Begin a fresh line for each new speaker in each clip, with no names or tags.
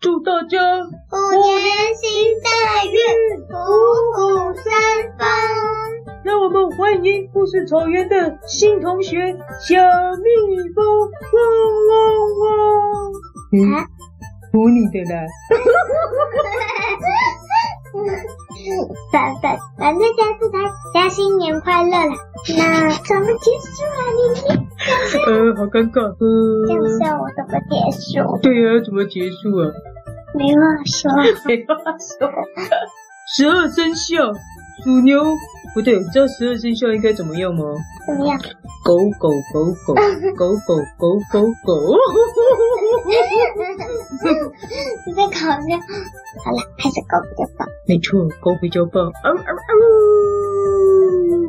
祝大家
虎年行大运，虎虎生 风。
让我们欢迎故事草原的新同学小蜜蜂，汪汪汪！
啊
嗯，服你的啦。
反反反正家祝大家新年快乐啦！那怎么结束啊，妮妮？
呃，好尴尬。
这样
呃，
笑我怎么结束？
对啊，怎么结束啊？
没话说。
没话说。十二生肖，属牛。不对，你知道十二生肖应该怎么样吗？
怎么样？
狗狗狗狗狗狗狗狗狗。
你在搞笑。好了，还是狗比较棒。
没错，狗比较棒。嗷嗷嗷！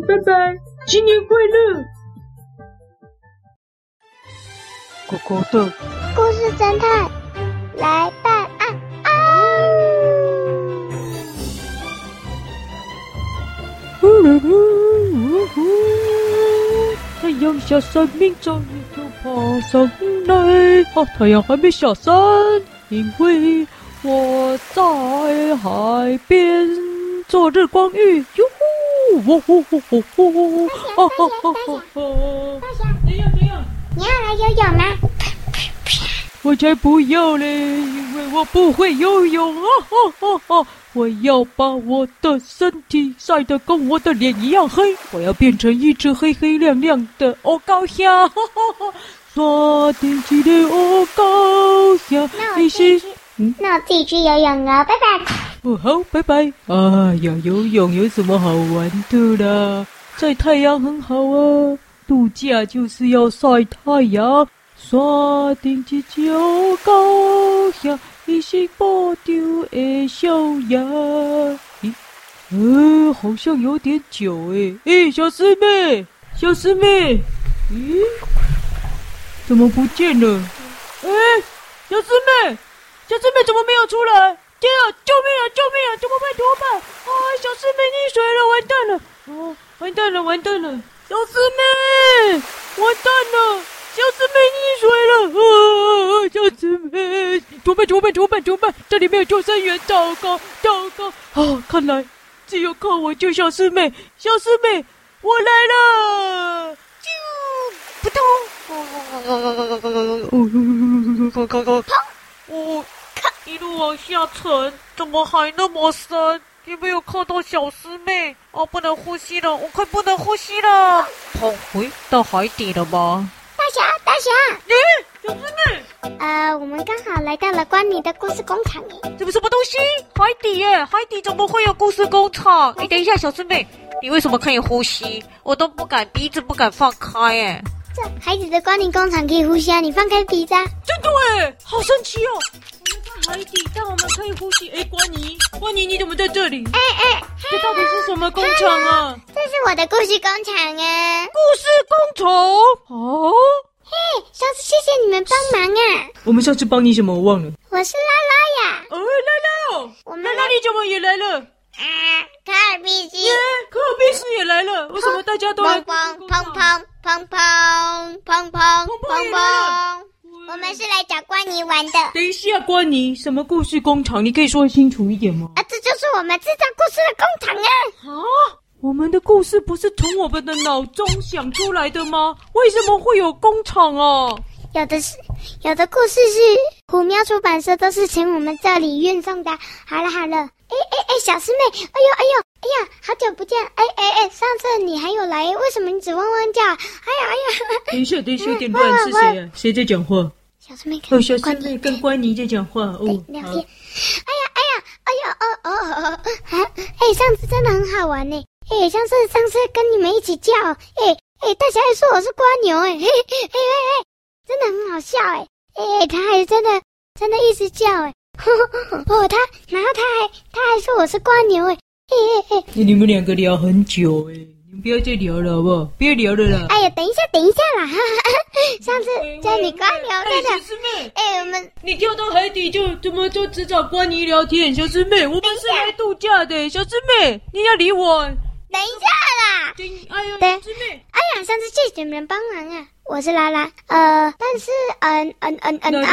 拜拜，新年快乐！狗狗的
故事侦探来办案啊！
呜呼呜呼，太阳下山，明早也就爬上来。啊，太阳还没下山，因为我在海边做日光浴。哟呼，哇呼呼呼呼，哦哦哦哦哦！怎样怎样？
你要来游泳吗？
我才不要嘞，因为我不会游泳啊！哈哈哈！我要把我的身体晒得跟我的脸一样黑，我要变成一只黑黑亮亮的欧高虾！哈哦哈哈！沙地起的欧高虾
那，我
你
自己
是
去
嗯，
那我自己去游泳了，拜拜。
哦好，拜拜！哎呀，游泳有什么好玩的啦？晒太阳很好啊，度假就是要晒太阳。山顶一只高下，一是不丢的小鸭。咦，呃，好像有点久诶。诶，小师妹，小师妹，咦，怎么不见了？诶，小师妹，小师妹怎么没有出来？天啊！救命啊！救命啊！怎么办？怎么办？啊！小师妹溺水了，完蛋了！哦，完蛋了，完蛋了！小师妹，完蛋了！小师妹溺水了！啊！小师妹，怎么办？怎么办？怎么办？怎么办？这里没有救生员，糟糕，糟糕！啊，看来只有靠我救小师妹，小师妹，我来了！啾，扑通！哦，高高我看一路往下沉，怎么还那么深？有没有看到小师妹？哦，不能呼吸了，我快不能呼吸了！砰！喂，到海底了吗？
大侠，大侠，
咦、小师妹，
呃，我们刚好来到了关你的故事工厂耶。
这不什么东西？海底耶！海底怎么会有故事工厂？哎，等一下，小师妹，你为什么可以呼吸？我都不敢，鼻子不敢放开哎。
这孩子的关你工厂可以呼吸啊，你放开鼻子啊。
真的哎，好神奇哦！我们在海底，但我们可以呼吸。哎，关妮，关妮，你怎么在这里？
哎哎，
这到底是什么工厂啊？
这是我的故事工厂啊。
故事工厂哦。
嘿，上次谢谢你们帮忙啊。
我们上次帮你什么我忘了。
我是拉拉呀，
哦，拉拉，
我们
拉拉你怎么也来了？耶，
啊，卡尔必须。
可尔必斯也来了，为什么大家都来
砰
故事啊
砰
工
砰
厂？
砰砰砰砰砰砰砰！我们是来找关尼玩的啊，
等一下，关你什么故事工厂？你可以说清楚一点吗？
这就是我们制造故事的工厂啊！
啊，我们的故事不是从我们的脑中想出来的吗？为什么会有工厂啊？
有的是，有的故事是虎喵出版社都是请我们这里运送的。好了好了，哎哎哎，小师妹，哎呦哎呦，哎呀，好久不见！哎哎哎，上次你还有来，为什么你只汪汪叫？哎呀哎呀，
等一下，等一下，有点乱，是谁啊？谁在讲话？
小师妹看
哦，小师
关
妹
你
跟关妮在讲话哦。
聊
好
天。哎呀，哎呀，哎呀，哦哦哦，哦啊！哎，上次真的很好玩呢。哎，上次上次跟你们一起叫，哎哎，大侠还说我是瓜牛，哎嘿嘿嘿嘿，真的很好笑哎。哎，他还真的真的一直叫哎，哦他，然后他还他还说我是瓜牛哎，嘿嘿嘿。
你们两个聊很久哎、你们不要再聊了好不好？别聊了啦。
哎呀，等一下等一下啦，哈哈哈上次叫你瓜牛
哎
真
小
的，
师妹，
哎我们
你跳到海底就怎么就只找关尼聊天？小师妹，我们是来度假的、小师妹，你要理我？
等一下啦。
真哎呦，
对
小师妹，
哎呀，上次谢谢你们帮忙啊。我是拉拉。呃，但是嗯嗯嗯嗯啊，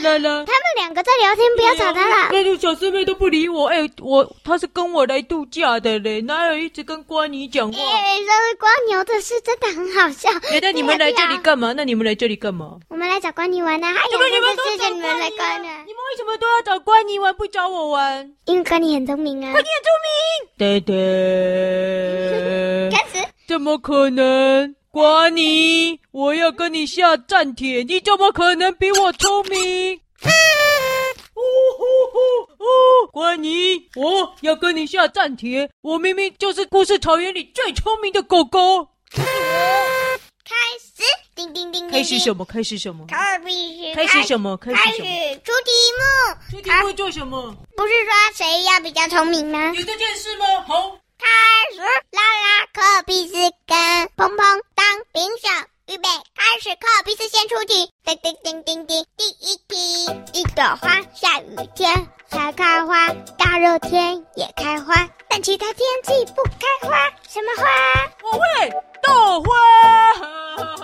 拉拉，
他们两个在聊天，不要吵他啦。
哎那个小师妹都不理我，哎、我她是跟我来度假的嘞，哪有一直跟瓜尼讲话？
哎，这个瓜牛的事真的很好笑。
哎、那你们来这里干嘛？那你们来这里干嘛？
我们来找瓜牛玩啊！哎呀，
你们你们都
这次
找
就你们来
瓜
干
尼
啊
你！们为什么都要找瓜尼玩，不找我玩？你
因为瓜牛很聪明啊。
很聪明，对对
开始。
怎么可能？瓜尼，我要跟你下战帖，你怎么可能比我聪明？哦哦哦哦！瓜尼，我要跟你下战帖，我明明就是故事草原里最聪明的狗狗。
开始，叮叮叮叮
开始什么？开始什么？
开始
开始什么？开
开
始
始
什么？
出题
出
目，
题
他
会做什么？
不是说谁要比较聪明吗？
有这件事吗？好，
开始，拉拉克比斯跟砰砰当评审，预备开始，克比斯先出题，叮叮叮叮叮，第一题，一朵花，下雨天才开花，大热天也开花，但其他天气不开花，什么花？
我会豆花。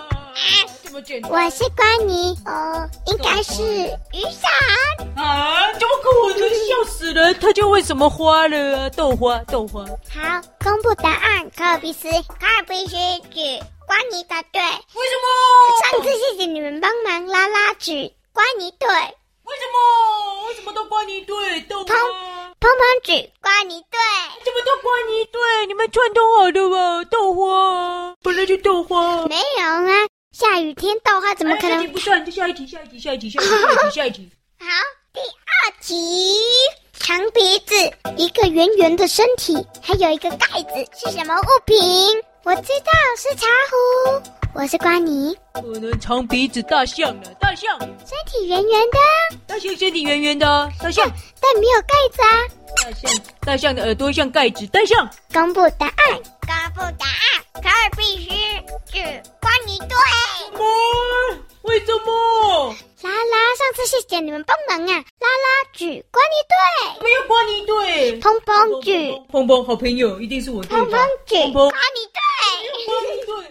这么简单
我是关妮，哦，应该是雨伞。
啊！怎么可能？笑死人！他就会什么花了啊？豆花，豆花。为
好，公布答案，科尔比斯，科尔比斯指关妮答对。
什
上
么？
次谢谢你们帮忙，拉拉指关妮对，
为什么？为什么都关你对豆花？
砰砰指关妮对。
怎么都关你对？你们串通好的吧？豆花本来就豆花。
没有啊，下雨天到花怎么可
哎
能
这题？不算，下一题，下一题，下一题，下一题，下一题，下一题。
好，第二题，长鼻子，一个圆圆的身体，还有一个盖子，是什么物品？我知道是茶壶。我是关妮，
可能长鼻子大象了，大象，
身体圆圆的，
大象身体圆圆的啊，大象，
但没有盖子啊。
大象，大象的耳朵像盖子，大象。
公布答案，公布答案，卡尔必须指关你对。
么？为什么？
拉拉，上次谢谢你们帮忙啊！拉拉指关你
没有关你对
对，。砰砰指，
碰碰好朋友，一定是我对
砰
吧
砰指，
碰碰
关啊你对。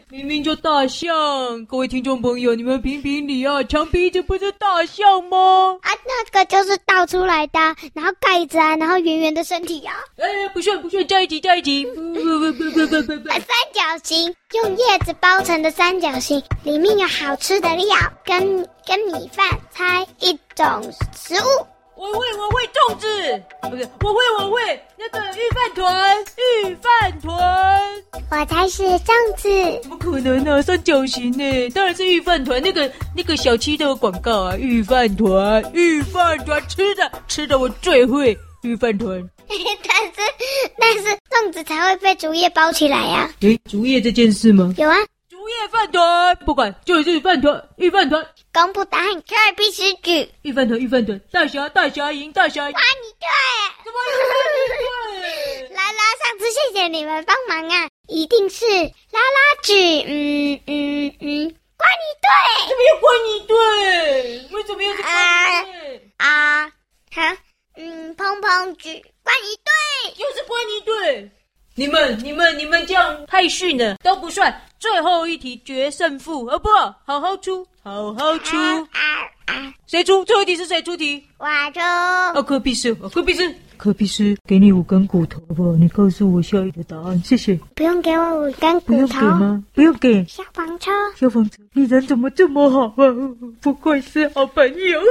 明明就大象，各位听众朋友，你们评评理啊！长鼻子不是大象吗？
啊，那个就是倒出来的，然后盖子啊，然后圆圆的身体啊，
哎，不算不算，再一题再一题，不不不不不不不
啊，三角形，用叶子包成的三角形，里面有好吃的料跟跟米饭，猜一种食物。
我会我会粽子，不是我会我会那个预饭团，预饭团。
我猜是粽子。
怎么可能呢、三角形呢？当然是御饭团那个那个小七的广告啊！御饭团，御饭团，吃的吃的我最会御饭团。
但是但是粽子才会被竹叶包起来呀、
诶，竹叶这件事吗？
有啊，
竹叶饭团，不管就是饭团，御饭团，
公布答案，科尔必须举。
御饭团，御饭团，大侠大侠赢，大侠赢
啊，，你
怎么
对，拉拉，上次谢谢你们帮忙啊，一定是拉拉举，嗯嗯嗯，关你对
怎么又怪你对？为什么又是怪你对？
啊，好，嗯，砰砰举，关你对，
又是关你队。你们、你们、你们这样太逊了，都不算。最后一题决胜负，哦不，好好出，好好出。
啊啊，
谁出？最后一题是谁出题？
我中，
哦，科比斯，哦科比斯，科比斯，给你五根骨头吧，你告诉我下一个答案，谢谢。
不用给我五根
不
骨
用给
头，
吗？不用给。
消防车，
消防车，你人怎么这么好啊？不愧是好朋友。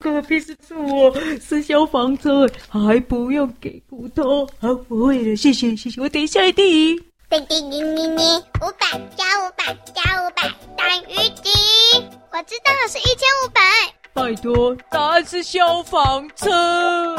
科比斯是我，是消防车，还不用给骨头。好，我会了，谢谢谢谢。我等一下一定赢。
叮叮叮叮叮，五百加五百加五百等于几？我知道是一千五百，
拜托，答案是消防车。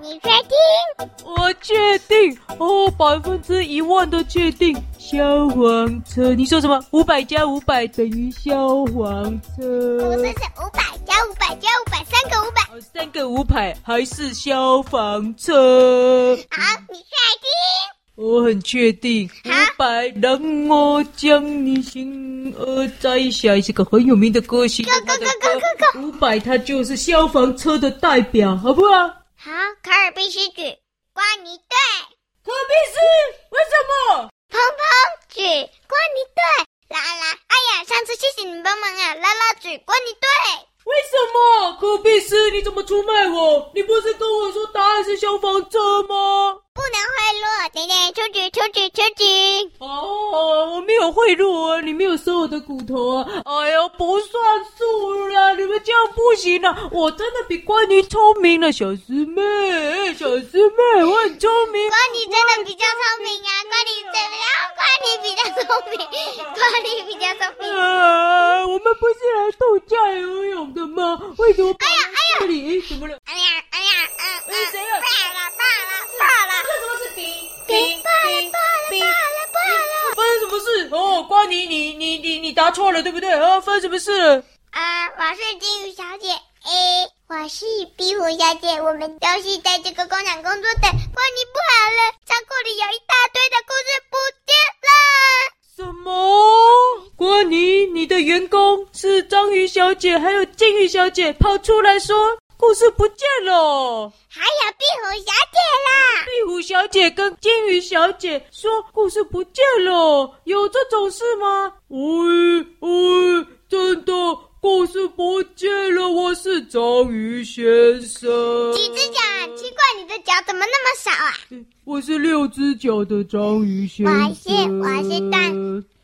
你确定？
我确定，哦，百分之一万的确定。消防车，你说什么？五百加五百等于消防
不
车
是。是五百加五百加五百，三个五百。
哦三个五百还是消防车？
好，你确
我很确定，五百让我将你心儿摘下，是个很有名的歌星。他的歌五百，他就是消防车的代表，好不好？
定？好，卡尔必须举，瓜你对，
科比斯，为什么？
砰砰举，瓜你对，啦啦！哎呀，上次谢谢你帮忙啊！拉拉嘴，关你队。
为什么？科比斯，你怎么出卖我？你不是跟我说答案是消防车吗？
不能贿赂，奶奶出局，出局，出局！
哦，我没有贿赂啊，你没有收我的骨头啊！哎呦，不算数啦，你们这样不行啊！我真的比关宁聪明了，小师妹，哎小师妹，我很聪明。
关你真的比较聪明啊，关你怎么样？关你比较聪明，关你比较聪明。
呃，我们不是来度假游泳的吗？为什么跑到这里？怎么了？
哎呀，哎呀，嗯嗯，
哎谁啊
罢了，罢了，罢了，
哎为什么是冰
罢了，罢了，罢了，罢了。
发生什么事？哦，瓜尼，你你你你答错了，对不对？啊，发生什么事了？
啊，我是金鱼小姐。哎，我是壁虎小姐，我们都是在这个工厂工作的。关你不好了，仓库里有一大堆的故事不见了。
什么？瓜尼，你的员工是章鱼小姐还有金鱼小姐跑出来说故事不见了，
还有壁虎小姐啦！
壁虎小姐跟金鱼小姐说故事不见了，有这种事吗？喂喂，真的故事不见了，我是章鱼先生。
几只脚啊？奇怪，你的脚怎么那么少啊？
我是六只脚的章鱼先生。
我是我是蛋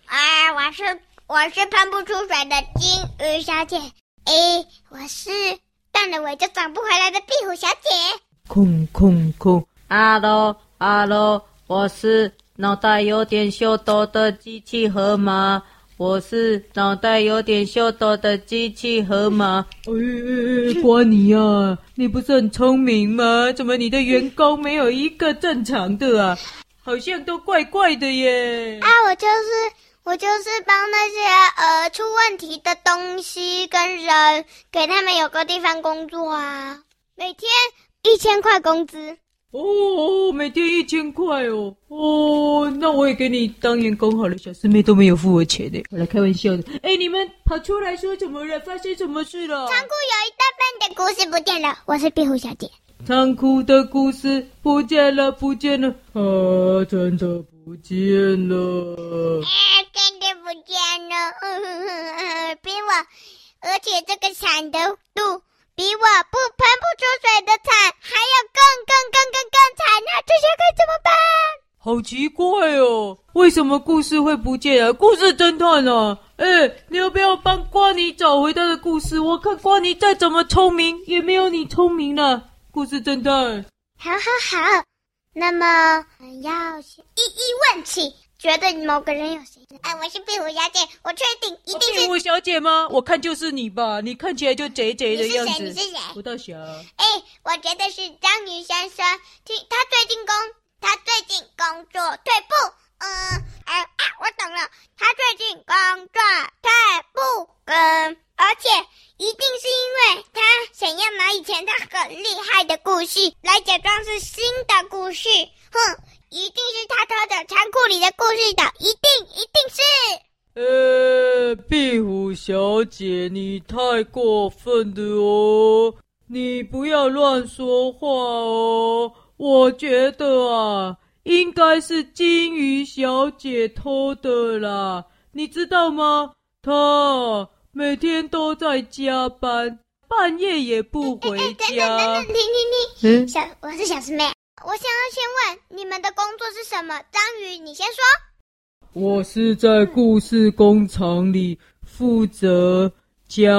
啊，我是我是喷不出水的金鱼小姐。诶，我是断了尾就长不回来的壁虎小姐。
空空空。阿罗阿罗，我是脑袋有点秀逗的机器河马。我是脑袋有点秀逗的机器河马。哎哎哎，瓜尼啊，你不是很聪明吗？怎么你的员工没有一个正常的啊？好像都怪怪的耶。
啊，我就是我就是帮那些呃出问题的东西跟人，给他们有个地方工作啊。每天一千块工资。
哦哦，每天一千块哦哦，那我也给你当员工好了，小师妹都没有付我钱的，我来开玩笑的。哎，你们跑出来说怎么了？发生什么事了？
仓库有一大半的故事不见了。我是壁虎小姐。
仓库的故事不见了，不见了，啊，真的不见了。
啊，真的不见了，嗯哼哼哼， 比我，而且这个铲的度比我不喷不出水的铲还要更更更更更惨啊！这下该怎么办？
好奇怪哦，为什么故事会不见啊？故事侦探啊，哎，你要不要帮瓜尼找回他的故事？我看瓜尼再怎么聪明，也没有你聪明了。故事侦探，
好好好，那么呃要先一一问起，觉得某个人有谁？哎，我是壁虎小姐，我确定一定
壁
是
虎哦小姐吗？我看就是你吧，你看起来就贼贼的
你是
样
谁？
子
你。是谁？
胡大侠，
哎，我觉得是章鱼先生，听他最近工，他最近工作退步，嗯，呃啊，我懂了，他最近工作退步，嗯，而且一定是因为他想要拿以前他很厉害的故事来假装是新的故事，哼，一定是他偷走仓库里的故事的，一定一定是。
呃，壁虎小姐，你太过分了哦！你不要乱说话哦。我觉得啊，应该是金鱼小姐偷的啦，你知道吗？她每天都在加班，半夜也不回
等等
家
哎等等，。停停停，
嗯，
小我是小师妹，我想要先问你们的工作是什么？章鱼，你先说。
我是在故事工厂里负责将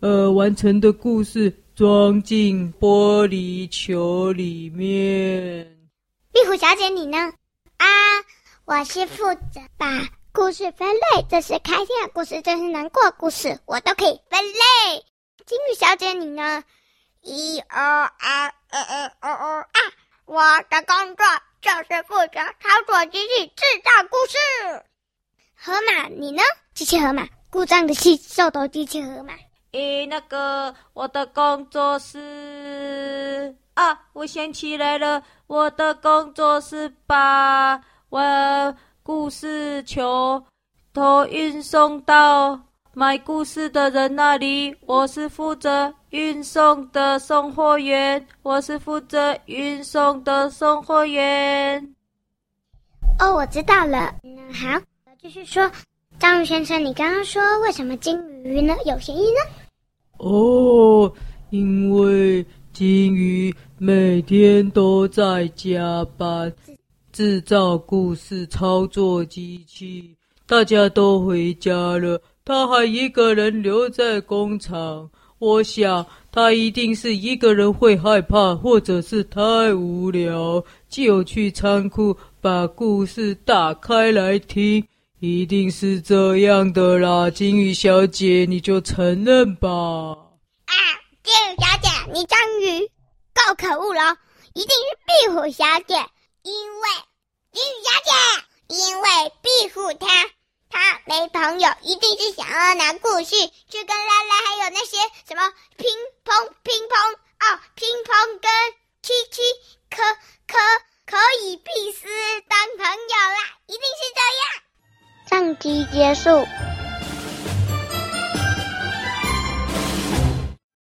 呃完成的故事装进玻璃球里面。
壁虎小姐，你呢？啊，我是负责把故事分类，这是开心的故事，这是难过的故事，我都可以分类。金鱼小姐，你呢？E O R A A O O 啊，我的工作就是负责操作机器制造故事。河马，你呢？机器河马，故障的是瘦头机器河马。
诶，那个，我的工作是啊，我想起来了，我的工作是把我故事球都运送到买故事的人那里。我是负责运送的送货员，我是负责运送的送货员。
哦，我知道了。嗯，好，继续说。章鱼先生，你刚刚说为什么金鱼呢有嫌疑呢？
哦，因为金鱼每天都在加班，制造故事、操作机器，大家都回家了，他还一个人留在工厂。我想他一定是一个人会害怕，或者是太无聊，就去仓库把故事打开来听。一定是这样的啦，金鱼小姐，你就承认吧。
啊，金鱼小姐，你章鱼够可恶了，一定是壁虎小姐，因为金鱼小姐，因为壁虎她她没朋友，一定是想要拿故事去跟拉拉还有那些什么乒乓乒乓哦，乒乓跟七七可可可以必斯当朋友啦，一定是这样。上集结束。